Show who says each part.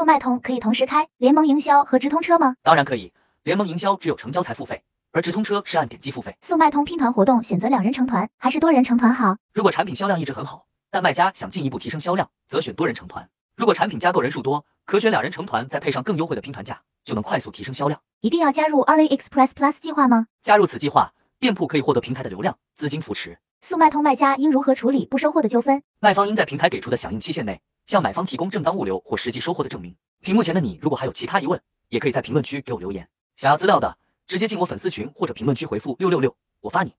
Speaker 1: 速卖通可以同时开联盟营销和直通车吗？
Speaker 2: 当然可以，联盟营销只有成交才付费，而直通车是按点击付费。
Speaker 1: 速卖通拼团活动选择两人成团还是多人成团好？
Speaker 2: 如果产品销量一直很好，但卖家想进一步提升销量，则选多人成团；如果产品加购人数多，可选两人成团，再配上更优惠的拼团价，就能快速提升销量。
Speaker 1: 一定要加入 AliExpress Plus 计划吗？
Speaker 2: 加入此计划，店铺可以获得平台的流量、资金扶持。
Speaker 1: 速卖通卖家应如何处理不收货的纠纷？
Speaker 2: 卖方应在平台给出的响应期限内，向买方提供正当物流或实际收货的证明。屏幕前的你，如果还有其他疑问，也可以在评论区给我留言。想要资料的，直接进我粉丝群或者评论区回复六六六，我发你。